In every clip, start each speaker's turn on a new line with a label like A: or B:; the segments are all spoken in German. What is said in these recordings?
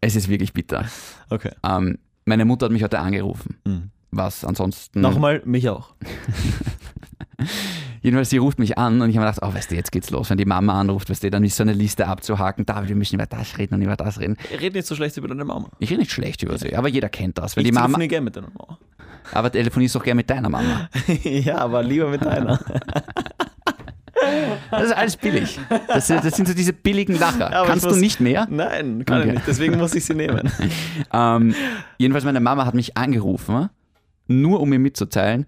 A: Es ist wirklich bitter.
B: Okay.
A: Ähm, meine Mutter hat mich heute angerufen,
B: Mhm.
A: was ansonsten.
B: Nochmal, mich auch.
A: Jedenfalls, sie ruft mich an und ich habe mir gedacht, oh, weißt du, jetzt geht's los. Wenn die Mama anruft, weißt du, dann ist so eine Liste abzuhaken. David, wir müssen über das reden und über das reden.
B: Red nicht so schlecht über deine Mama.
A: Ich rede nicht schlecht über sie, aber jeder kennt das. Wenn
B: ich
A: die Mama,
B: telefoniere gerne mit deiner Mama.
A: aber telefonierst doch gerne mit deiner Mama.
B: ja, aber lieber mit deiner.
A: Das ist alles billig. Das, sind- das sind so diese billigen Lacher.
B: Aber ich
A: Kannst du
B: muss-
A: nicht mehr?
B: Nein, kann
A: Okay.
B: ich nicht. Deswegen muss ich sie nehmen.
A: Ähm, jedenfalls, meine Mama hat mich angerufen, nur um mir mitzuteilen,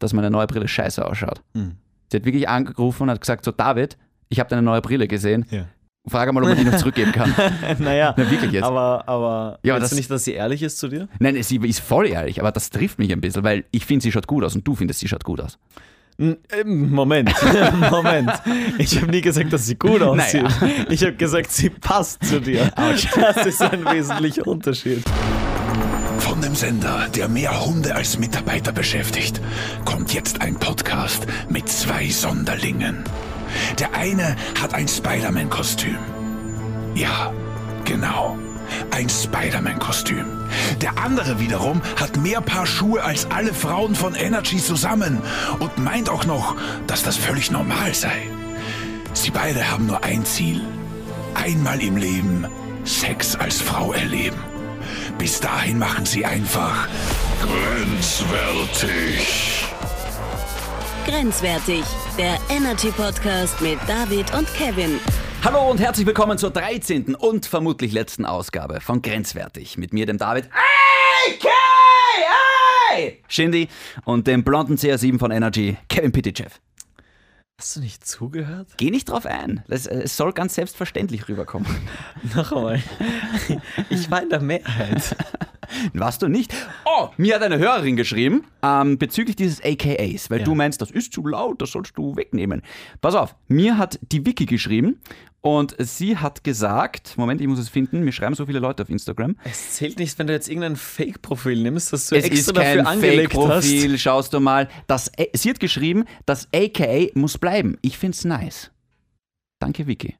A: dass meine neue Brille scheiße ausschaut.
B: Mhm.
A: Sie hat wirklich angerufen und hat gesagt: So, David, ich habe deine neue Brille gesehen.
B: Ja.
A: Frage mal, ob man die noch zurückgeben kann.
B: naja,
A: Na, wirklich jetzt.
B: aber, aber
A: Ja, aber
B: willst
A: das-
B: du nicht, dass sie ehrlich ist zu dir?
A: Nein, sie ist voll ehrlich, aber das trifft mich ein bisschen, weil ich finde, sie schaut gut aus und du findest, sie schaut gut aus.
B: N- ähm, Moment, Moment. Ich habe nie gesagt, dass sie gut aussieht.
A: Naja. Ah,
B: Ich habe gesagt, sie passt zu dir. Das ist ein wesentlicher Unterschied.
C: Von dem Sender, der mehr Hunde als Mitarbeiter beschäftigt, kommt jetzt ein Podcast mit zwei Sonderlingen. Der eine hat ein Spider-Man-Kostüm. Ja, genau. Ein Spider-Man-Kostüm. Der andere wiederum hat mehr Paar Schuhe als alle Frauen von Energy zusammen und meint auch noch, dass das völlig normal sei. Sie beide haben nur ein Ziel. Einmal im Leben Sex als Frau erleben. Bis dahin machen sie einfach grenzwertig.
D: Grenzwertig, der Energy Podcast mit David und Kevin.
A: Hallo und herzlich willkommen zur 13. und vermutlich letzten Ausgabe von Grenzwertig. Mit mir, dem David A.K.A. Shindy und dem blonden CR7 von Energy, Kevin Pitychev.
B: Hast du nicht zugehört?
A: Geh nicht drauf ein. Das, äh, es soll ganz selbstverständlich rüberkommen.
B: Noch einmal. Ich war in der Mehrheit.
A: Warst du nicht? Oh, mir hat eine Hörerin geschrieben ähm, bezüglich dieses AKAs, weil
B: Ja.
A: du meinst, das ist zu laut, das sollst du wegnehmen. Pass auf, mir hat die Vicky geschrieben und sie hat gesagt, Moment, ich muss es finden, mir schreiben so viele Leute auf Instagram.
B: Es zählt nicht, wenn du jetzt irgendein Fake-Profil nimmst, das du
A: Es
B: extra
A: ist kein
B: dafür angelegt hast.
A: Fake-Profil, schaust du mal. Das, A- sie hat geschrieben, das AKA muss bleiben. Ich find's nice. Danke, Vicky.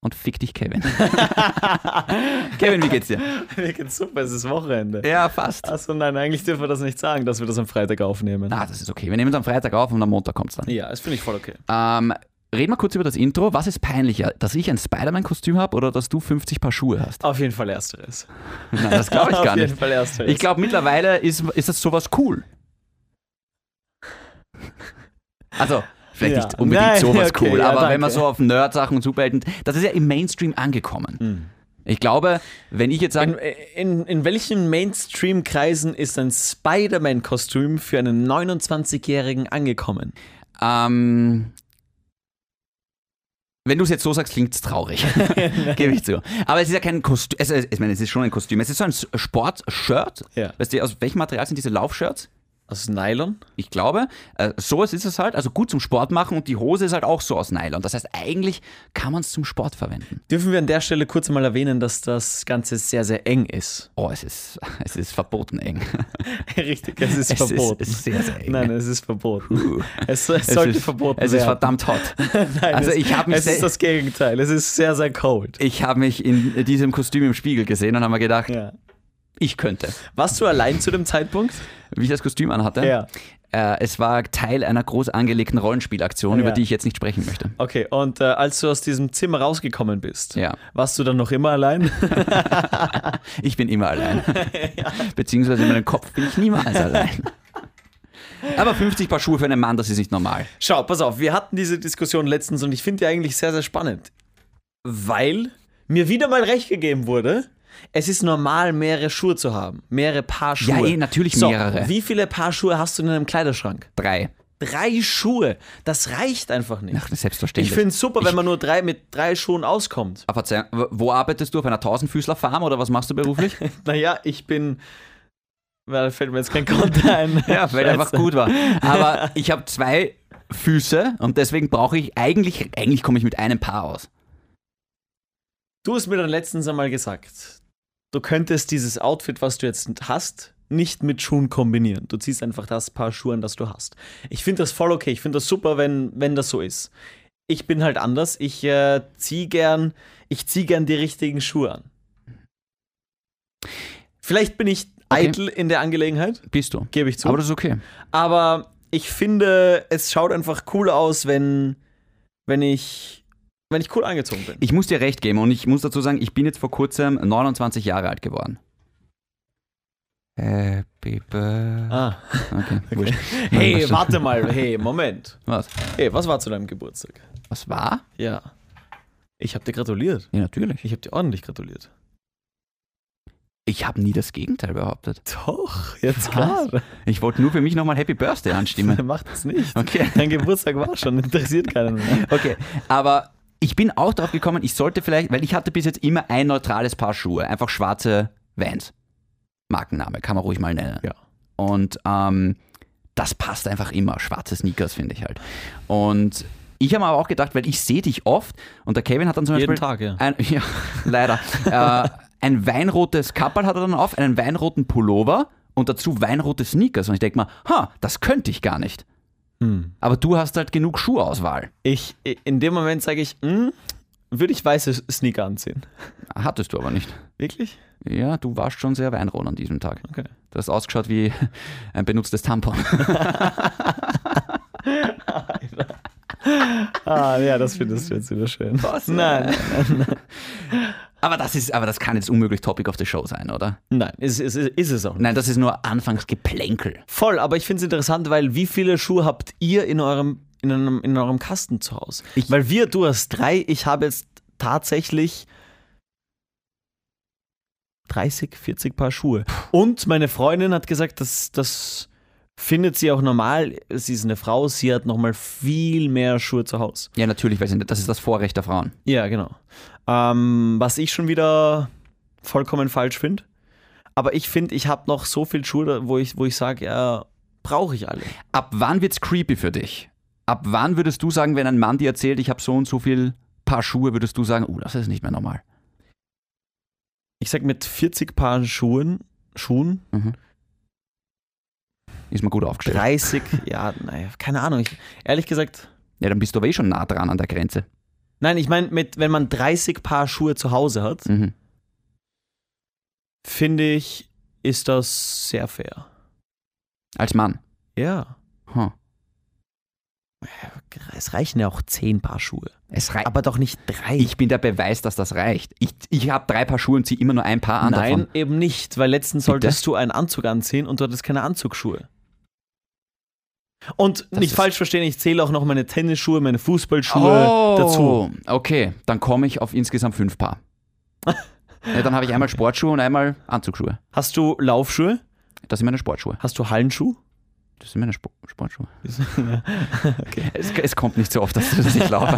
A: Und fick dich, Kevin. Kevin, wie geht's dir?
B: Mir geht's super, es ist Wochenende.
A: Ja, fast.
B: Achso, nein, eigentlich dürfen wir das nicht sagen, dass wir das am Freitag aufnehmen.
A: Na, das ist okay. Wir nehmen es am Freitag auf und am Montag kommt's dann.
B: Ja, das finde ich voll okay.
A: Ähm, reden wir kurz über das Intro. Was ist peinlicher, dass ich ein Spider-Man-Kostüm habe oder dass du 50 Paar Schuhe hast?
B: Auf jeden Fall ersteres.
A: Nein, das glaube ich
B: Auf
A: gar
B: jeden
A: nicht.
B: Fall ersteres.
A: Ich glaube, mittlerweile ist, ist das sowas cool. Also, vielleicht
B: Ja.
A: nicht unbedingt
B: Nein,
A: sowas
B: okay,
A: cool,
B: ja,
A: aber wenn
B: danke.
A: man so auf Nerd-Sachen und Superhelden, das ist ja im Mainstream angekommen. Ich glaube, wenn ich jetzt
B: Hm. In,
A: sage,
B: in, in welchen Mainstream-Kreisen ist ein Spider-Man-Kostüm für einen 29-Jährigen angekommen?
A: ähm, wenn du es jetzt so sagst, klingt es traurig. Gebe ich zu. Aber es ist ja kein Kostüm. Es, es, ich meine, es ist schon ein Kostüm. Es ist so ein S- Sport-Shirt.
B: Ja.
A: Weißt du, aus welchem Material sind diese Laufshirts?
B: Aus Nylon?
A: Ich glaube, äh, so ist es halt. Also gut zum Sport machen und die Hose ist halt auch so aus Nylon. Das heißt, eigentlich kann man es zum Sport verwenden.
B: Dürfen wir an der Stelle kurz mal erwähnen, dass das Ganze sehr, sehr eng ist?
A: Oh, es ist, es ist verboten eng.
B: Richtig, es ist
A: Es ist-
B: verboten.
A: es ist sehr, sehr eng.
B: Nein, es ist verboten.
A: Uh.
B: Es, es sollte
A: ist,
B: verboten
A: es ist
B: werden.
A: verdammt hot.
B: Nein,
A: also
B: es,
A: ich habe mich
B: es ist
A: sel-
B: das Gegenteil. Es ist sehr, sehr cold.
A: Ich habe mich in diesem Kostüm im Spiegel gesehen und habe mir gedacht,
B: Ja.
A: ich könnte.
B: Warst du allein zu dem Zeitpunkt?
A: Wie ich das Kostüm anhatte,
B: Ja.
A: äh, es war Teil einer groß angelegten Rollenspielaktion, über
B: Ja.
A: die ich jetzt nicht sprechen möchte.
B: Okay, und äh, als du aus diesem Zimmer rausgekommen bist,
A: Ja.
B: warst du dann noch immer allein?
A: Ich bin immer allein. Beziehungsweise in meinem Kopf bin ich niemals allein. Aber 50 Paar Schuhe für einen Mann, das ist nicht normal.
B: Schau, pass auf, wir hatten diese Diskussion letztens und ich finde die eigentlich sehr, sehr spannend. Weil mir wieder mal recht gegeben wurde, es ist normal, mehrere Schuhe zu haben. Mehrere Paar Schuhe.
A: Ja, eh, natürlich
B: so,
A: mehrere.
B: Wie viele Paar Schuhe hast du in einem Kleiderschrank?
A: Drei.
B: Drei Schuhe. Das reicht einfach nicht.
A: Ach, das ist selbstverständlich.
B: ich finde es super, wenn man nur drei mit drei Schuhen auskommt.
A: Ah, Verzeihung, w- wo arbeitest du? Auf einer Tausendfüßlerfarm oder was machst du beruflich?
B: Naja, ich bin. Na, Da fällt mir jetzt kein Konter ein.
A: ja, weil der einfach
B: Scheiße.
A: gut war. Aber ich habe zwei Füße und deswegen brauche ich eigentlich, eigentlich komme ich mit einem Paar aus.
B: Du hast mir dann letztens einmal gesagt, du könntest dieses Outfit, was du jetzt hast, nicht mit Schuhen kombinieren. Du ziehst einfach das Paar Schuhe an, das du hast. Ich finde das voll okay. Ich finde das super, wenn, wenn das so ist. Ich bin halt anders. Ich äh, ziehe gern, ich zieh gern die richtigen Schuhe an.
A: Mhm.
B: Vielleicht bin ich eitel in der Angelegenheit,
A: Bist du.
B: gebe ich zu.
A: Aber
B: Aber,
A: das ist okay.
B: ich finde, es schaut einfach cool aus, wenn, wenn ich wenn ich cool angezogen bin.
A: Ich muss dir recht geben und ich muss dazu sagen, ich bin jetzt vor kurzem 29 Jahre alt geworden. Happy Birthday.
B: Ah.
A: Okay, wurscht. Nein,
B: Hey,
A: was-
B: warte mal. Hey, Moment.
A: Was?
B: Hey, was war zu deinem Geburtstag?
A: Was war?
B: Ja. Ich habe dir gratuliert.
A: Ja, natürlich.
B: Ich habe dir ordentlich gratuliert.
A: Ich habe nie das Gegenteil behauptet.
B: Doch, jetzt
A: Was?
B: klar.
A: Ich wollte nur für mich nochmal Happy Birthday anstimmen.
B: Mach das nicht.
A: Okay.
B: Dein Geburtstag war schon, interessiert keinen mehr.
A: Okay, aber ich bin auch drauf gekommen, ich sollte vielleicht, weil ich hatte bis jetzt immer ein neutrales Paar Schuhe, einfach schwarze Vans. Markenname, kann man ruhig mal nennen.
B: Ja.
A: Und ähm, das passt einfach immer, schwarze Sneakers finde ich halt. Und ich habe mir aber auch gedacht, weil ich sehe dich oft und der Kevin hat dann zum
B: Jeden
A: Beispiel
B: Tag, ja.
A: ein, ja, leider. äh, ein weinrotes Kapperl hat er dann auf, einen weinroten Pullover und dazu weinrote Sneakers. Und ich denke mal, ha, das könnte ich gar nicht.
B: Hm.
A: Aber du hast halt genug Schuhauswahl.
B: Ich, in dem Moment sage ich, hm, würde ich weiße Sneaker anziehen.
A: Hattest du aber nicht.
B: Wirklich?
A: Ja, du warst schon sehr weinroh an diesem Tag.
B: Okay.
A: Du hast ausgeschaut wie ein benutztes Tampon.
B: Ah, ja, das findest du jetzt wieder schön. Nein,
A: Aber das, ist, aber das kann jetzt unmöglich Topic of the Show sein, oder?
B: nein, ist, ist, ist es auch nicht.
A: Nein, das ist nur Anfangsgeplänkel.
B: Voll, aber ich finde es interessant, weil wie viele Schuhe habt ihr in eurem, in einem, in eurem Kasten zu Hause? weil wir, du hast drei, ich habe jetzt tatsächlich 30, 40 Paar Schuhe. Und meine Freundin hat gesagt, das, das findet sie auch normal. Sie ist eine Frau, sie hat nochmal viel mehr Schuhe zu Hause.
A: Ja, natürlich, weil sie- das ist das Vorrecht der Frauen.
B: Ja, genau. Ähm, was ich schon wieder vollkommen falsch finde. Aber ich finde, ich habe noch so viel Schuhe, da- wo ich, wo ich sage, ja, brauche ich alle.
A: Ab wann wird's creepy für dich? Ab wann würdest du sagen, wenn ein Mann dir erzählt, ich habe so und so viel Paar Schuhe, würdest du sagen, oh, das ist nicht mehr normal?
B: ich sag mit 40 Paaren Schuhen, Schuhen,
A: Ist mir gut aufgestellt.
B: 30, ja, naja, keine Ahnung. Ich, ehrlich gesagt,
A: Ja, dann bist du aber eh schon nah dran an der Grenze.
B: nein, ich meine, wenn man 30 Paar Schuhe zu Hause hat,
A: Mhm.
B: finde ich, ist das sehr fair.
A: Als Mann.
B: Ja.
A: Hm.
B: Es reichen ja auch 10 Paar Schuhe.
A: Es rei-
B: Aber doch nicht drei.
A: ich bin der Beweis, dass das reicht. Ich, ich habe drei Paar Schuhe und ziehe immer nur ein Paar an
B: Nein,
A: Ah, davon.
B: eben nicht, weil letztens
A: Bitte?
B: solltest du einen Anzug anziehen und du hattest keine Anzugsschuhe. Und
A: Das
B: nicht
A: ist-
B: falsch verstehen, ich zähle auch noch meine Tennisschuhe, meine Fußballschuhe dazu.
A: Oh. Okay, dann komme ich auf insgesamt fünf Paar. ja, dann habe ich einmal Sportschuhe und einmal Anzugsschuhe.
B: Hast du Laufschuhe?
A: Das sind meine Sportschuhe.
B: Hast du Hallenschuh?
A: Das sind meine Sp Sportschuhe. es, es kommt nicht so oft, dass du das nicht laufe.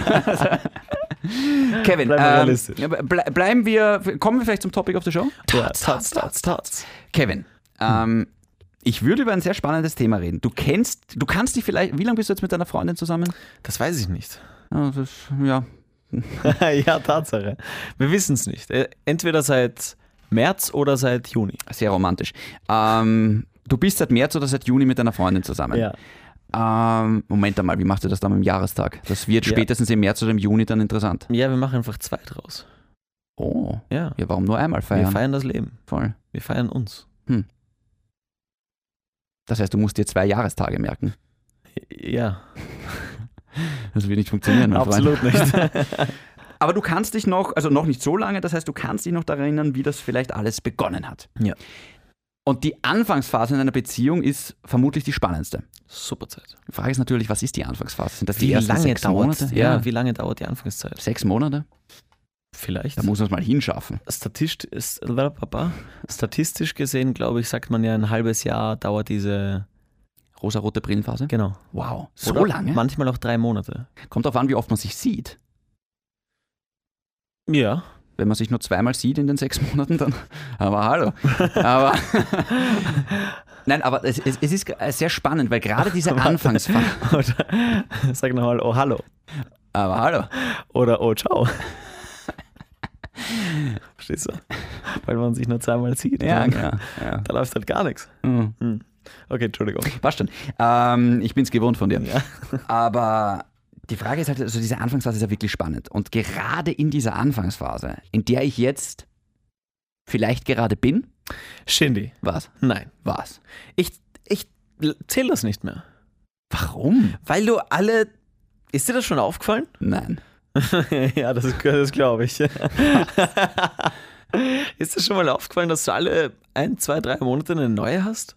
A: Kevin,
B: Bleiben wir
A: ähm,
B: realistisch.
A: ble bleiben wir, kommen wir vielleicht zum Topic of the Show?
B: tats.
A: Kevin,
B: Hm.
A: ähm, ich würde über ein sehr spannendes Thema reden. Du kennst, du kannst dich vielleicht, wie lange bist du jetzt mit deiner Freundin zusammen?
B: Das weiß ich nicht.
A: Ja, das, ja.
B: ja, Tatsache. Wir wissen es nicht. Äh, Entweder seit März oder seit Juni.
A: sehr romantisch. Ähm, du bist seit März oder seit Juni mit deiner Freundin zusammen. Ähm, Moment einmal, wie machst du das dann am Jahrestag? Das wird
B: Ja.
A: spätestens im März oder im Juni dann interessant.
B: Ja, wir machen einfach zwei draus.
A: Oh,
B: Ja.
A: ja, warum nur einmal feiern?
B: Wir feiern das Leben.
A: Voll.
B: Wir feiern uns.
A: Das heißt, du musst dir zwei Jahrestage merken.
B: Ja,
A: Das wird nicht funktionieren, mein Freund.
B: absolut nicht.
A: Aber du kannst dich noch, also noch nicht so lange, das heißt, du kannst dich noch daran erinnern, wie das vielleicht alles begonnen hat.
B: Ja.
A: Und die Anfangsphase in einer Beziehung ist vermutlich die spannendste.
B: Super Zeit.
A: Die Frage ist natürlich, was ist die Anfangsphase? Sind das die ersten sechs
B: dauert?
A: Monate?
B: Ja, wie lange dauert die Anfangszeit?
A: sechs Monate?
B: Vielleicht.
A: Da muss man es mal hinschaffen.
B: Statistisch, ist- Papa. Statistisch gesehen, glaube ich, sagt man ja, ein halbes Jahr dauert diese.
A: Rosarote Brillenphase?
B: Genau.
A: Wow, so
B: Oder
A: lange?
B: Manchmal auch drei Monate.
A: Kommt darauf an, wie oft man sich sieht.
B: Ja.
A: Wenn man sich nur zweimal sieht in den sechs Monaten, dann. Aber hallo. Aber. Nein, aber es, es, es ist äh, sehr spannend, weil gerade diese Anfangsphase.
B: Oder sag nochmal, oh hallo.
A: Aber hallo.
B: Oder oh ciao. Verstehst du? Weil man sich nur zweimal sieht.
A: Ja,
B: Dann-
A: genau. Ja.
B: Da läuft halt gar nichts.
A: Mhm.
B: Hm. Okay, Entschuldigung.
A: Passt schon. Ähm, ich bin es gewohnt von dir.
B: Ja.
A: Aber die Frage ist halt, also diese Anfangsphase ist ja wirklich spannend. Und gerade in dieser Anfangsphase, in der ich jetzt vielleicht gerade bin,
B: Shindy.
A: Was?
B: Nein.
A: Was?
B: Ich, ich zähle das nicht mehr.
A: Warum?
B: Weil du alle. Ist dir das schon aufgefallen?
A: Nein.
B: ja, das, das glaube ich. ist dir schon mal aufgefallen, dass du alle ein, zwei, drei Monate eine neue hast?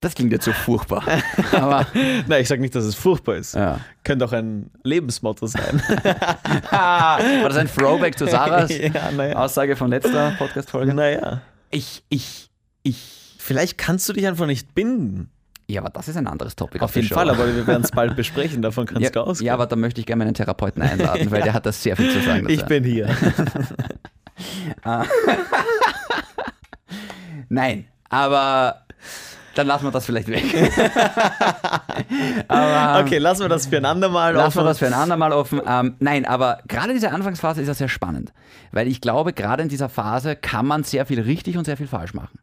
A: Das klingt jetzt so furchtbar. Aber
B: Nein, ich sag nicht, dass es furchtbar ist.
A: ja.
B: Könnte auch ein Lebensmotto sein.
A: war das ein Throwback zu Sarahs
B: ja, naja.
A: Aussage von letzter Podcast-Folge?
B: naja.
A: Ich, ich, ich.
B: Hm. Vielleicht kannst du dich einfach nicht binden.
A: Ja, aber das ist ein anderes Topic.
B: Auf jeden
A: der Show.
B: Fall, aber wir werden es bald besprechen, davon kannst
A: Ja,
B: du ausgehen.
A: ja, aber da möchte ich gerne meinen Therapeuten einladen, weil der hat das sehr viel zu sagen.
B: ich
A: dazu.
B: bin hier.
A: Nein, aber dann lassen wir das vielleicht weg. aber
B: Okay, lassen wir das für ein andermal.
A: Ah. lassen wir
B: offen.
A: das für ein andermal offen. Ähm, nein, aber gerade diese Anfangsphase ist ja sehr spannend, weil ich glaube, gerade in dieser Phase kann man sehr viel richtig und sehr viel falsch machen,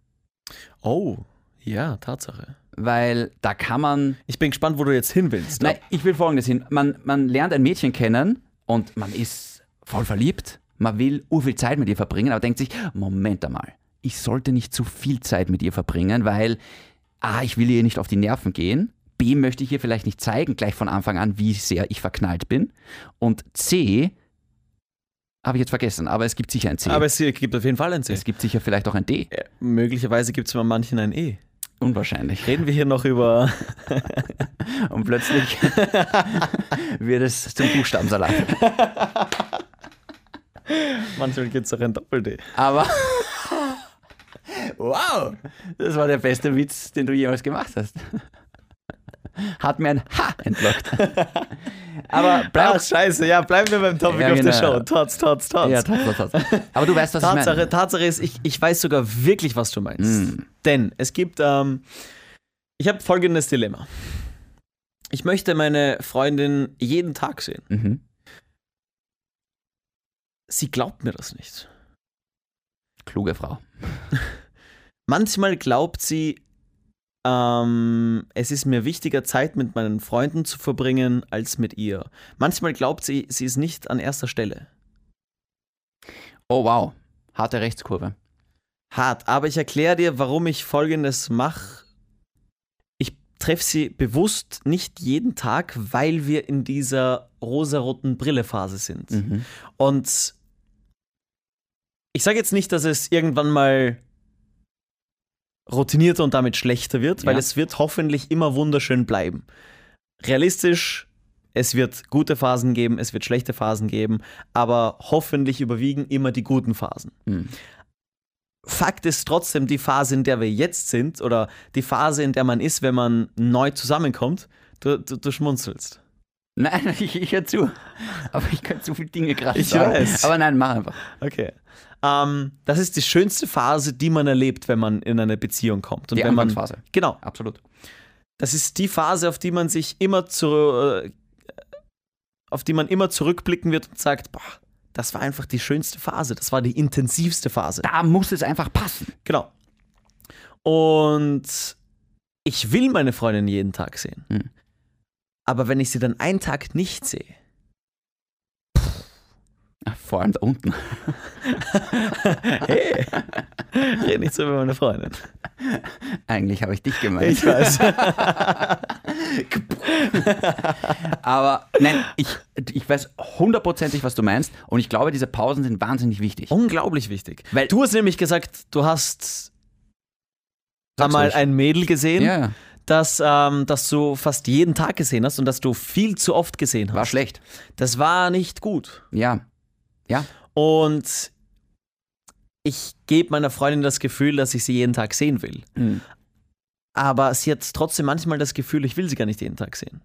B: Oh, ja, Tatsache.
A: weil da kann man
B: Ich bin gespannt, wo du jetzt hin willst.
A: Nein, ich will folgendes hin. Man, man lernt ein Mädchen kennen und man ist voll verliebt. Man will urviel Zeit mit ihr verbringen, aber denkt sich, Moment einmal, ich sollte nicht zu viel Zeit mit ihr verbringen, weil A, ich will ihr nicht auf die Nerven gehen. B, möchte ich ihr vielleicht nicht zeigen, gleich von Anfang an, wie sehr ich verknallt bin. Und C, habe ich jetzt vergessen, aber es gibt sicher ein C.
B: Aber es gibt auf jeden Fall ein C.
A: es gibt sicher vielleicht auch ein D.
B: Äh, möglicherweise gibt es bei manchen ein E.
A: Unwahrscheinlich.
B: Reden wir hier noch über.
A: Und plötzlich wird es zum Buchstabensalat.
B: Manchmal gibt es auch ein Doppel-D.
A: Aber. Wow! Das war der beste Witz, den du jemals gemacht hast. Hat mir ein Ha entlockt. Aber
B: Ah,
A: bleib.
B: scheiße, ja, bleiben wir beim Topic
A: Ja,
B: of the
A: genau.
B: Show. Tots, tots, tots.
A: ja, tot, tot, tot. Aber du weißt, was
B: Tatsache,
A: ich meine. Hm.
B: Tatsache ist, ich, ich weiß sogar wirklich, was du meinst. Denn es gibt, ähm, ich habe folgendes Dilemma. Ich möchte meine Freundin jeden Tag sehen.
A: Mhm.
B: Sie glaubt mir das nicht.
A: Kluge Frau.
B: Manchmal glaubt sie, ähm, es ist mir wichtiger, Zeit mit meinen Freunden zu verbringen, als mit ihr. Manchmal glaubt sie, sie ist nicht an erster Stelle.
A: Oh, wow. Harte Rechtskurve.
B: Hart, aber ich erkläre dir, warum ich folgendes mache. Ich treffe sie bewusst nicht jeden Tag, weil wir in dieser rosaroten Brille-Phase sind.
A: Mhm.
B: Und ich sage jetzt nicht, dass es irgendwann mal routinierter und damit schlechter wird, weil
A: Ja.
B: es wird hoffentlich immer wunderschön bleiben. Realistisch, es wird gute Phasen geben, es wird schlechte Phasen geben, aber hoffentlich überwiegen immer die guten Phasen.
A: Mhm.
B: Fakt ist trotzdem, die Phase, in der wir jetzt sind, oder die Phase, in der man ist, wenn man neu zusammenkommt, du, du, du schmunzelst.
A: Nein, ich, ich höre zu. Aber ich könnte so viele Dinge gerade
B: Ich
A: sagen.
B: weiß.
A: Aber nein, mach einfach.
B: Okay. Ähm, das ist die schönste Phase, die man erlebt, wenn man in eine Beziehung kommt. Und
A: Die
B: wenn man,
A: Anfangsphase.
B: Genau.
A: Absolut.
B: Das ist die Phase, auf die man sich immer zu, äh, auf die man immer zurückblicken wird und sagt, boah, das war einfach die schönste Phase, das war die intensivste Phase.
A: Da muss es einfach passen.
B: Genau. Und ich will meine Freundin jeden Tag sehen.
A: Mhm.
B: Aber wenn ich sie dann einen Tag nicht sehe,
A: Vor allem da unten.
B: hey, rede nicht so über meine Freundin.
A: Eigentlich habe ich dich gemeint.
B: Ich weiß.
A: Aber nein, ich, ich weiß hundertprozentig, was du meinst. Und ich glaube, diese Pausen sind wahnsinnig wichtig.
B: Um Unglaublich wichtig.
A: Weil-
B: du hast nämlich gesagt, du hast
A: Sag's
B: einmal
A: ruhig.
B: ein Mädel gesehen,
A: Ja,
B: das, ähm, das du fast jeden Tag gesehen hast und das du viel zu oft gesehen hast.
A: war schlecht.
B: Das war nicht gut.
A: Ja.
B: Und ich gebe meiner Freundin das Gefühl, dass ich sie jeden Tag sehen will. Aber sie hat trotzdem manchmal das Gefühl, ich will sie gar nicht jeden Tag sehen.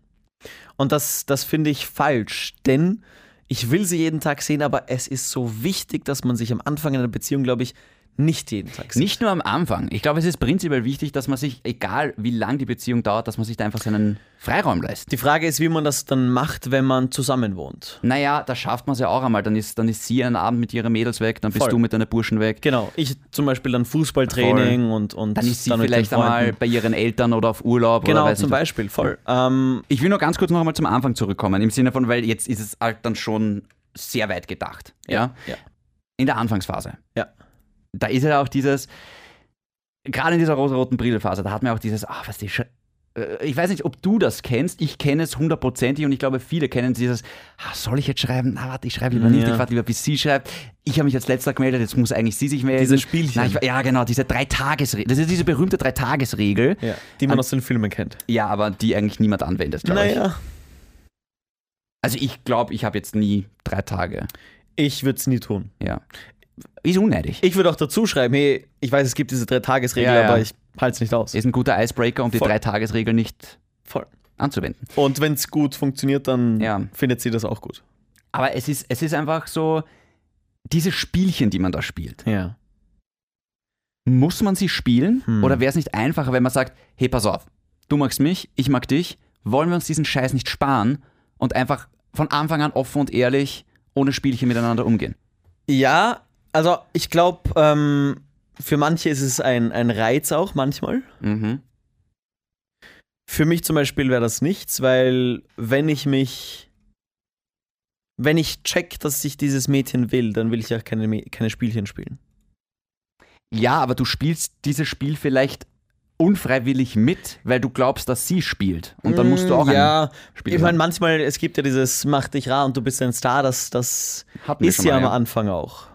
B: Und das, das finde ich falsch, denn ich will sie jeden Tag sehen, aber es ist so wichtig, dass man sich am Anfang einer Beziehung, glaube ich, nicht jeden Tag sieht.
A: Nicht nur am Anfang. Ich glaube, es ist prinzipiell wichtig, dass man sich, egal wie lang die Beziehung dauert, dass man sich da einfach seinen Freiraum lässt.
B: Die Frage ist, wie man das dann macht, wenn man zusammen wohnt.
A: Naja, da schafft man es ja auch einmal. Dann ist, dann ist sie einen Abend mit ihren Mädels weg, dann bist
B: Voll.
A: du mit deinen Burschen weg.
B: Genau, ich zum Beispiel dann Fußballtraining und, und
A: Dann ist sie
B: mit den
A: vielleicht einmal
B: Freunden.
A: bei ihren Eltern oder auf Urlaub oder
B: Genau,
A: weiß
B: zum
A: nicht was.
B: Beispiel, voll. Ähm,
A: Ich will nur ganz kurz noch einmal zum Anfang zurückkommen, im Sinne von, weil jetzt ist es halt dann schon sehr weit gedacht. Ja.
B: ja.
A: In der Anfangsphase.
B: Ja.
A: da ist ja auch dieses, gerade in dieser rosa-roten Brillephase, da hat man auch dieses, ah, was die Sch äh, ich weiß nicht, ob du das kennst. Ich kenne es hundertprozentig und ich glaube, viele kennen dieses, ah, soll ich jetzt schreiben? Na, warte, ich schreibe lieber nicht,
B: Ja.
A: ich warte lieber, bis sie schreibt. Ich habe mich als letzter gemeldet, jetzt muss eigentlich sie sich melden.
B: Dieses Spielchen.
A: Na, ich, ja, genau, diese Drei-Tages-Regel. Das ist diese berühmte Drei-Tages-Regel.
B: Ja, die man aus den Filmen kennt.
A: Ja, aber die eigentlich niemand anwendet, glaube ich.
B: Naja,
A: Also ich glaube, ich habe jetzt nie drei Tage.
B: ich würde es nie tun.
A: Ja. Ist unneidig.
B: Ich würde auch dazu schreiben, hey, ich weiß, es gibt diese Drei-Tages-Regel,
A: Ja, ja.
B: aber ich halte es nicht aus.
A: Ist ein guter Icebreaker, um die
B: Voll.
A: Drei-Tages-Regel nicht
B: Voll.
A: anzuwenden.
B: Und wenn es gut funktioniert, dann
A: Ja.
B: findet sie das auch gut.
A: Aber es ist, es ist einfach so, diese Spielchen, die man da spielt,
B: Ja.
A: muss man sie spielen?
B: Hm.
A: Oder wäre es nicht einfacher, wenn man sagt, hey, pass auf, du magst mich, ich mag dich, wollen wir uns diesen Scheiß nicht sparen und einfach von Anfang an offen und ehrlich ohne Spielchen miteinander umgehen?
B: Ja, also ich glaube, ähm, für manche ist es ein, ein Reiz auch manchmal.
A: Mhm.
B: Für mich zum Beispiel wäre das nichts, weil wenn ich mich, wenn ich check, dass ich dieses Mädchen will, dann will ich auch keine, Mä- keine Spielchen spielen.
A: Ja, aber du spielst dieses Spiel vielleicht unfreiwillig mit, weil du glaubst, dass sie spielt. Und dann musst du auch
B: Mm, Ja,
A: Spiel
B: ich
A: sein.
B: meine, manchmal, es gibt ja dieses Mach dich rar und du bist ein Star, das, das
A: ein. Hatten wir
B: ist
A: schon
B: ja
A: mal,
B: am Anfang auch.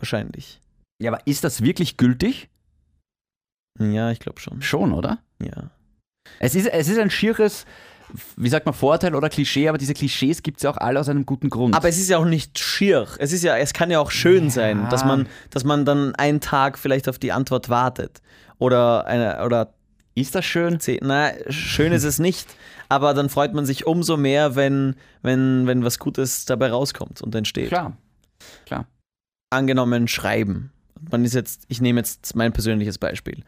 B: Wahrscheinlich.
A: ja, aber ist das wirklich gültig?
B: Ja, ich glaube schon.
A: Schon, oder?
B: Ja.
A: Es ist, es ist ein schieres, wie sagt man, Vorteil oder Klischee, aber diese Klischees gibt es ja auch alle aus einem guten Grund.
B: Aber es ist ja auch nicht schier. Es ist ja, es kann ja auch schön sein, dass man, dass man dann einen Tag vielleicht auf die Antwort wartet. Oder eine, oder
A: ist das schön?
B: zehn, na, schön ist es nicht. Aber dann freut man sich umso mehr, wenn, wenn, wenn was Gutes dabei rauskommt und entsteht.
A: Klar.
B: Angenommen, schreiben. Man ist jetzt, ich nehme jetzt mein persönliches Beispiel.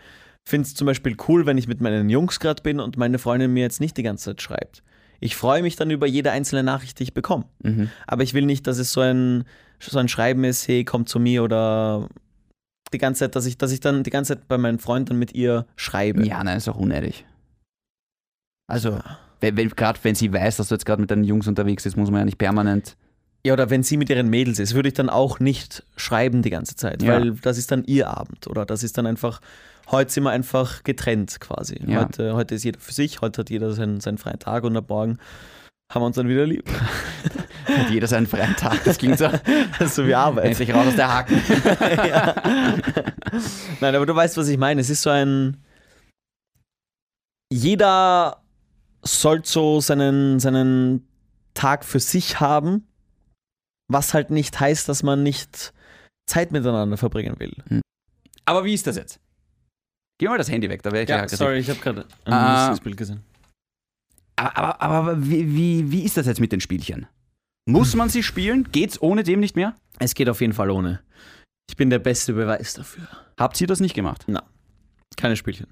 B: Finde es zum Beispiel cool, wenn ich mit meinen Jungs gerade bin und meine Freundin mir jetzt nicht die ganze Zeit schreibt. Ich freue mich dann über jede einzelne Nachricht, die ich bekomme.
A: Mhm.
B: Aber ich will nicht, dass es so ein, so ein Schreiben ist, hey, komm zu mir oder die ganze Zeit, dass ich, dass ich dann die ganze Zeit bei meinen Freunden mit ihr schreibe.
A: Ja, nein, ist auch unehrlich. Also,
B: Ah.
A: wenn, wenn, gerade wenn sie weiß, dass du jetzt gerade mit deinen Jungs unterwegs bist, muss man ja nicht permanent.
B: Ja, oder wenn sie mit ihren Mädels ist, würde ich dann auch nicht schreiben die ganze Zeit,
A: Ja.
B: weil das ist dann ihr Abend oder das ist dann einfach, heute sind wir einfach getrennt quasi.
A: Ja.
B: Heute, heute ist jeder für sich, heute hat jeder seinen, seinen freien Tag und ab morgen haben wir uns dann wieder lieb.
A: Hat jeder seinen freien Tag. Das klingt so.
B: Also wir arbeiten.
A: endlich raus aus der Haken.
B: Nein, aber du weißt, was ich meine. Es ist so ein. Jeder soll so seinen, seinen Tag für sich haben, was halt nicht heißt, dass man nicht Zeit miteinander verbringen will.
A: Aber wie ist das jetzt? Geh mal das Handy weg, da wäre ich aggressiv.
B: ich habe gerade
A: Ah.
B: Bild gesehen.
A: Aber, aber, aber wie, wie, wie ist das jetzt mit den Spielchen? Muss man sie spielen? Geht's ohne dem nicht mehr?
B: Es geht auf jeden Fall ohne. Ich bin der beste Beweis dafür.
A: Habt ihr das nicht gemacht?
B: Keine Spielchen.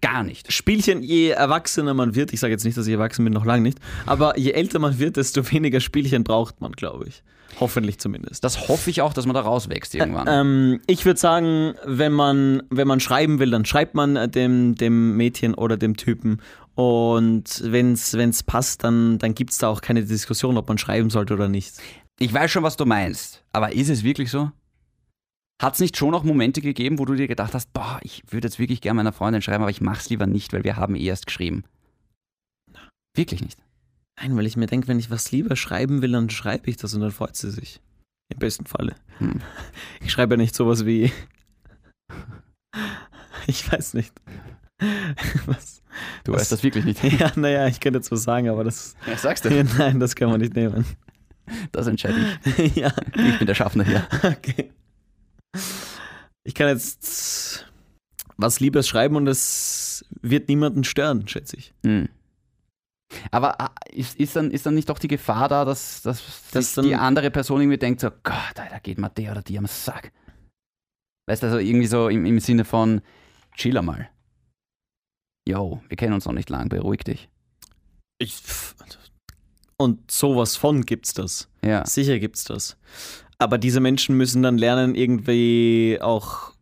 A: Gar nicht.
B: Spielchen, je erwachsener man wird, ich sage jetzt nicht, dass ich erwachsen bin, noch lange nicht, aber je älter man wird, desto weniger Spielchen braucht man, glaube ich. Hoffentlich zumindest.
A: Das hoffe ich auch, dass man da rauswächst irgendwann.
B: Ähm, ich würde sagen, wenn man, wenn man schreiben will, dann schreibt man äh, dem, dem Mädchen oder dem Typen. Und wenn es passt, dann, dann gibt es da auch keine Diskussion, ob man schreiben sollte oder nicht.
A: ich weiß schon, was du meinst, aber ist es wirklich so? Hat es nicht schon auch Momente gegeben, wo du dir gedacht hast, boah, ich würde jetzt wirklich gerne meiner Freundin schreiben, aber ich mach's lieber nicht, weil wir haben eh erst geschrieben? Wirklich nicht.
B: Nein, weil ich mir denke, wenn ich was lieber schreiben will, dann schreibe ich das und dann freut sie sich. Im besten Falle.
A: Hm.
B: Ich schreibe ja nicht sowas wie. Ich weiß nicht. Was?
A: Du
B: Das-
A: weißt das wirklich nicht.
B: Ja, naja, ich könnte jetzt was sagen, aber das.
A: Was sagst
B: Nein, das kann man nicht nehmen.
A: Das entscheide ich.
B: Ja.
A: Ich bin der Schaffner hier.
B: Okay. Ich kann jetzt was Liebes schreiben und es wird niemanden stören, schätze ich.
A: Hm. Aber ah, ist, ist, dann, ist dann nicht doch die Gefahr da, dass, dass,
B: Dass
A: sich
B: dann-
A: die andere Person irgendwie denkt, so Gott, da geht mal der oder die am Sack. Weißt du, also irgendwie so im, im Sinne von, chill mal. Yo, wir kennen uns noch nicht lang, beruhig dich.
B: ich pff, und sowas von gibt's das.
A: Ja,
B: Sicher gibt's das. Aber diese Menschen müssen dann lernen, irgendwie auch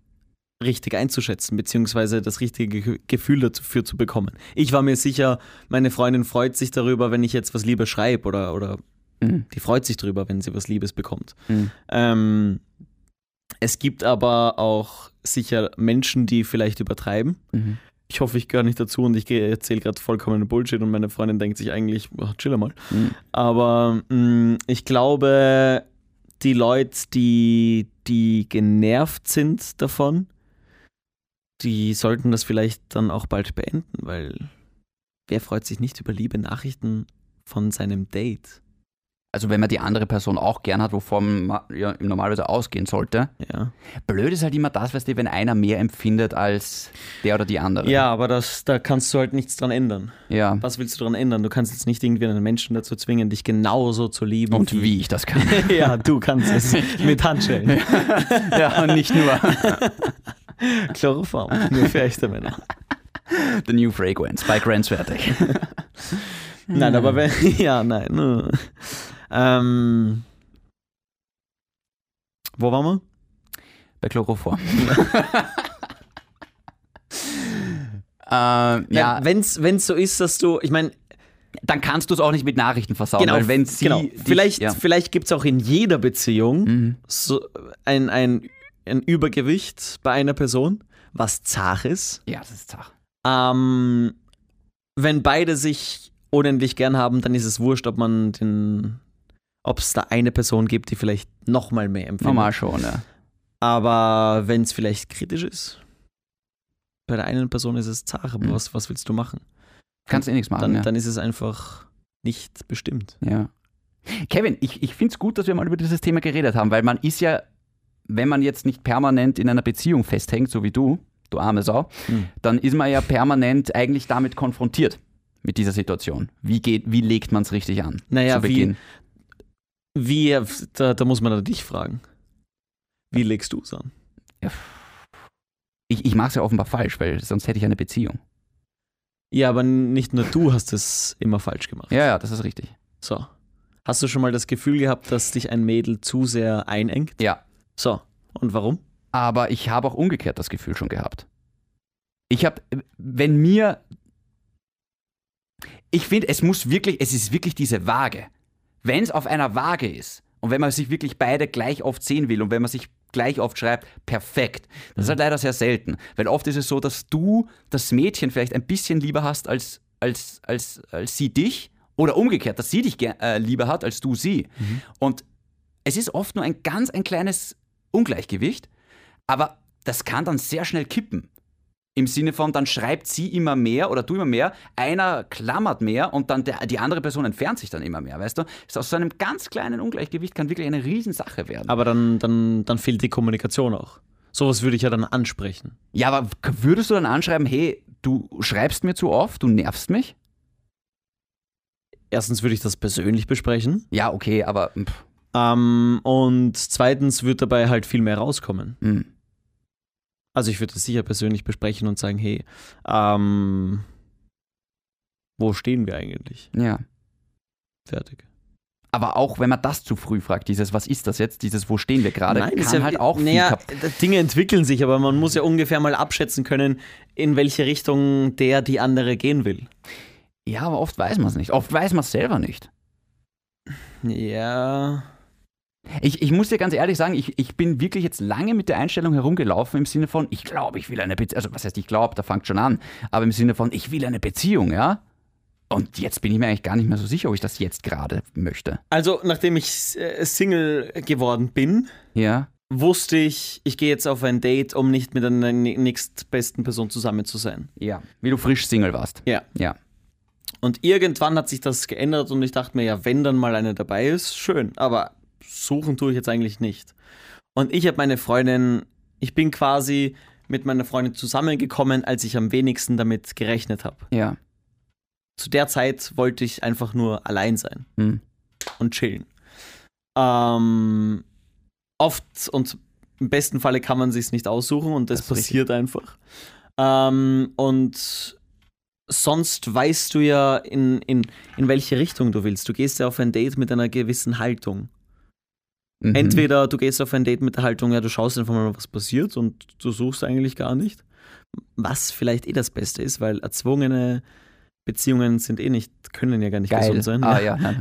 B: richtig einzuschätzen, beziehungsweise das richtige Ge- Gefühl dafür zu bekommen. Ich war mir sicher, meine Freundin freut sich darüber, wenn ich jetzt was Liebes schreibe oder, oder
A: Mhm.
B: die freut sich darüber, wenn sie was Liebes bekommt.
A: Mhm.
B: Ähm, Es gibt aber auch sicher Menschen, die vielleicht übertreiben.
A: Mhm.
B: Ich hoffe, ich gehöre nicht dazu und ich erzähle gerade vollkommenen Bullshit und meine Freundin denkt sich eigentlich, oh, chill mal.
A: Mhm.
B: Aber mh, ich glaube, die Leute, die, die genervt sind davon, die sollten das vielleicht dann auch bald beenden, weil wer freut sich nicht über liebe Nachrichten von seinem Date?
A: Also wenn man die andere Person auch gern hat, wovon man ja im Normalfall ausgehen sollte.
B: Ja.
A: Blöd ist halt immer das, weißt du, wenn einer mehr empfindet als der oder die andere.
B: Ja, aber das, da kannst du halt nichts dran ändern.
A: ja.
B: Was willst du dran ändern? Du kannst jetzt nicht irgendwie einen Menschen dazu zwingen, dich genauso zu lieben.
A: Und wie ich das kann.
B: ja, du kannst es. Mit Handschellen.
A: ja, und nicht nur
B: Chloroform. Nur für echte Männer.
A: The New Fragrance bei Grenzwertig.
B: Nein,
A: Hm.
B: aber wenn. Ja, nein. nur- Ähm, wo waren wir?
A: Bei Chloroform. ähm, ja,
B: wenn es so ist, dass du. Ich meine,
A: dann kannst du es auch nicht mit Nachrichten versauen, weil wenn sie
B: genau.
A: dich-
B: vielleicht
A: ja.
B: vielleicht gibt es auch in jeder Beziehung
A: Mhm.
B: so ein, ein, ein Übergewicht bei einer Person, was zart ist.
A: ja, das ist Sache.
B: Ähm, wenn beide sich unendlich gern haben, dann ist es wurscht, ob man den, ob es da eine Person gibt, die vielleicht nochmal mehr empfindet.
A: Normal schon, ja.
B: Aber wenn es vielleicht kritisch ist, bei der einen Person ist es zart, aber
A: Mhm.
B: was, was willst du machen?
A: Kannst eh nichts machen.
B: Dann,
A: ja.
B: dann ist es einfach nicht bestimmt.
A: Ja. Kevin, ich, ich finde es gut, dass wir mal über dieses Thema geredet haben, weil man ist ja, wenn man jetzt nicht permanent in einer Beziehung festhängt, so wie du, du arme Sau,
B: Mhm.
A: dann ist man ja permanent eigentlich damit konfrontiert, mit dieser Situation. Wie, geht, wie legt man es richtig an?
B: Naja,
A: zu
B: wie-
A: Beginn.
B: Wie, da, da muss man dann dich fragen. Wie legst du es an?
A: Ich, ich mache es ja offenbar falsch, weil sonst hätte ich eine Beziehung.
B: Ja, aber nicht nur du hast es immer falsch gemacht.
A: Ja, ja, das ist richtig.
B: So. Hast du schon mal das Gefühl gehabt, dass dich ein Mädel zu sehr einengt?
A: Ja.
B: So. Und warum?
A: Aber ich habe auch umgekehrt das Gefühl schon gehabt. Ich habe, wenn mir, ich finde, es muss wirklich, es ist wirklich diese Waage. Wenn es auf einer Waage ist und wenn man sich wirklich beide gleich oft sehen will und wenn man sich gleich oft schreibt, perfekt. Das ist halt leider sehr selten, weil oft ist es so, dass du das Mädchen vielleicht ein bisschen lieber hast als, als, als, als sie dich oder umgekehrt, dass sie dich ger- äh, lieber hat als du sie. Und es ist oft nur ein ganz ein kleines Ungleichgewicht, aber das kann dann sehr schnell kippen. Im Sinne von, dann schreibt sie immer mehr oder du immer mehr, einer klammert mehr und dann der, die andere Person entfernt sich dann immer mehr, weißt du? Ist aus so einem ganz kleinen Ungleichgewicht kann wirklich eine Riesensache werden.
B: Aber dann, dann, dann fehlt die Kommunikation auch. Sowas würde ich ja dann ansprechen.
A: ja, aber k- würdest du dann anschreiben, hey, du schreibst mir zu oft, du nervst mich?
B: Erstens würde ich das persönlich besprechen.
A: Ja, okay, aber pff,
B: Ähm, und zweitens wird dabei halt viel mehr rauskommen.
A: hm.
B: Also ich würde das sicher persönlich besprechen und sagen, hey, ähm, wo stehen wir eigentlich?
A: ja.
B: Fertig.
A: Aber auch wenn man das zu früh fragt, dieses, was ist das jetzt, dieses, wo stehen wir gerade,
B: Nein,
A: kann
B: ist ja,
A: halt auch viel
B: naja,
A: kap-
B: Dinge entwickeln sich, aber man muss ja ungefähr mal abschätzen können, in welche Richtung der die andere gehen will.
A: Ja, aber oft weiß man es nicht. Oft weiß man es selber nicht.
B: Ja.
A: Ich, ich muss dir ganz ehrlich sagen, ich, ich bin wirklich jetzt lange mit der Einstellung herumgelaufen im Sinne von, ich glaube, ich will eine Beziehung. Also, was heißt, ich glaube, da fängt schon an. Aber im Sinne von, ich will eine Beziehung, ja? Und jetzt bin ich mir eigentlich gar nicht mehr so sicher, ob ich das jetzt gerade möchte.
B: Also, nachdem ich äh, Single geworden bin,
A: Ja?
B: wusste ich, ich gehe jetzt auf ein Date, um nicht mit einer nä- nächstbesten Person zusammen zu sein.
A: Ja. Wie du frisch Single warst.
B: Ja.
A: Ja.
B: Und irgendwann hat sich das geändert und ich dachte mir, ja, wenn dann mal eine dabei ist, schön. Aber suchen tue ich jetzt eigentlich nicht. Und ich habe meine Freundin, ich bin quasi mit meiner Freundin zusammengekommen, als ich am wenigsten damit gerechnet habe.
A: Ja.
B: Zu der Zeit wollte ich einfach nur allein sein
A: Hm.
B: und chillen. Ähm, oft und im besten Falle kann man sich nicht aussuchen und das,
A: Das ist
B: passiert einfach. Ähm, und sonst weißt du ja, in, in, in welche Richtung du willst. Du gehst ja auf ein Date mit einer gewissen Haltung.
A: Mhm.
B: Entweder du gehst auf ein Date mit der Haltung, ja, du schaust einfach mal, was passiert und du suchst eigentlich gar nicht. Was vielleicht eh das Beste ist, weil erzwungene Beziehungen sind eh
A: Ah,
B: nicht, können ja gar nicht
A: Geil.
B: gesund sein.
A: Ah, ja. nein.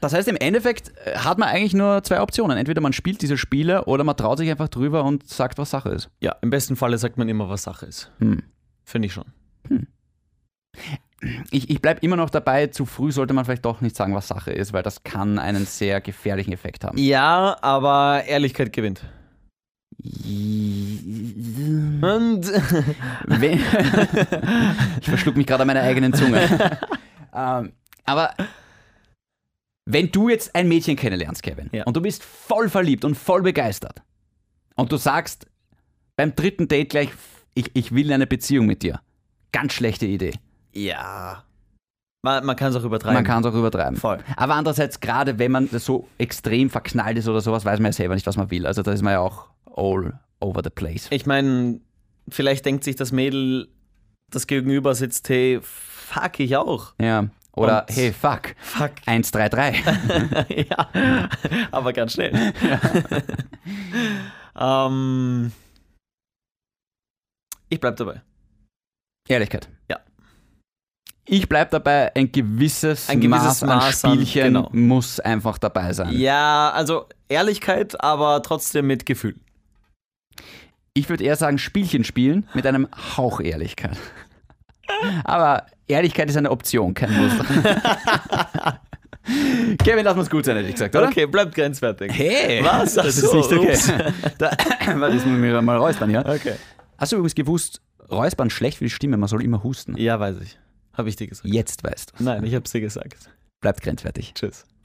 A: Das heißt, im Endeffekt äh, hat man eigentlich nur zwei Optionen. Entweder man spielt diese Spiele oder man traut sich einfach drüber und sagt, was Sache ist.
B: Ja, im besten Falle sagt man immer, was Sache ist.
A: Hm.
B: Finde ich schon.
A: Ich, ich bleibe immer noch dabei, zu früh sollte man vielleicht doch nicht sagen, was Sache ist, weil das kann einen sehr gefährlichen Effekt haben.
B: Ja, aber Ehrlichkeit gewinnt. Und
A: Wenn- ich verschluck mich gerade an meiner eigenen Zunge. ähm, aber wenn du jetzt ein Mädchen kennenlernst, Kevin,
B: Ja.
A: und du bist voll verliebt und voll begeistert, und du sagst beim dritten Date gleich, ich, ich will eine Beziehung mit dir. Ganz schlechte Idee.
B: ja. Man, man kann es auch übertreiben.
A: Man kann es auch übertreiben.
B: Voll.
A: Aber andererseits, gerade wenn man so extrem verknallt ist oder sowas, weiß man ja selber nicht, was man will. Also da ist man ja auch all over the place.
B: Ich meine, vielleicht denkt sich das Mädel, das gegenüber sitzt, hey, fuck ich auch.
A: Ja. Oder,
B: Und-
A: hey, fuck,
B: Fuck.
A: 133.
B: ja, aber ganz schnell. ähm, ich bleib dabei.
A: Ehrlichkeit.
B: Ja.
A: Ich bleibe dabei, ein gewisses,
B: Ein
A: Maß,
B: gewisses
A: an
B: Maß an-
A: Spielchen
B: genau.
A: muss einfach dabei sein.
B: Ja, also Ehrlichkeit, aber trotzdem mit Gefühl.
A: Ich würde eher sagen, Spielchen spielen mit einem Hauch Ehrlichkeit. Aber Ehrlichkeit ist eine Option, kein Muss. Kevin, lass uns gut sein, hätte ich gesagt, oder?
B: Okay, bleibt grenzwertig.
A: Hey!
B: Was?
A: Das ist
B: Ach so,
A: nicht okay.
B: ups.
A: Da, warte, jetzt muss ich mich mal räuspern, ja?
B: Okay.
A: Hast du übrigens gewusst, räuspern schlecht für die Stimme, man soll immer husten.
B: Ja, weiß ich. Habe ich dir gesagt.
A: Jetzt weißt du.
B: Nein, ich hab's dir gesagt.
A: Bleibt grenzwertig.
B: Tschüss.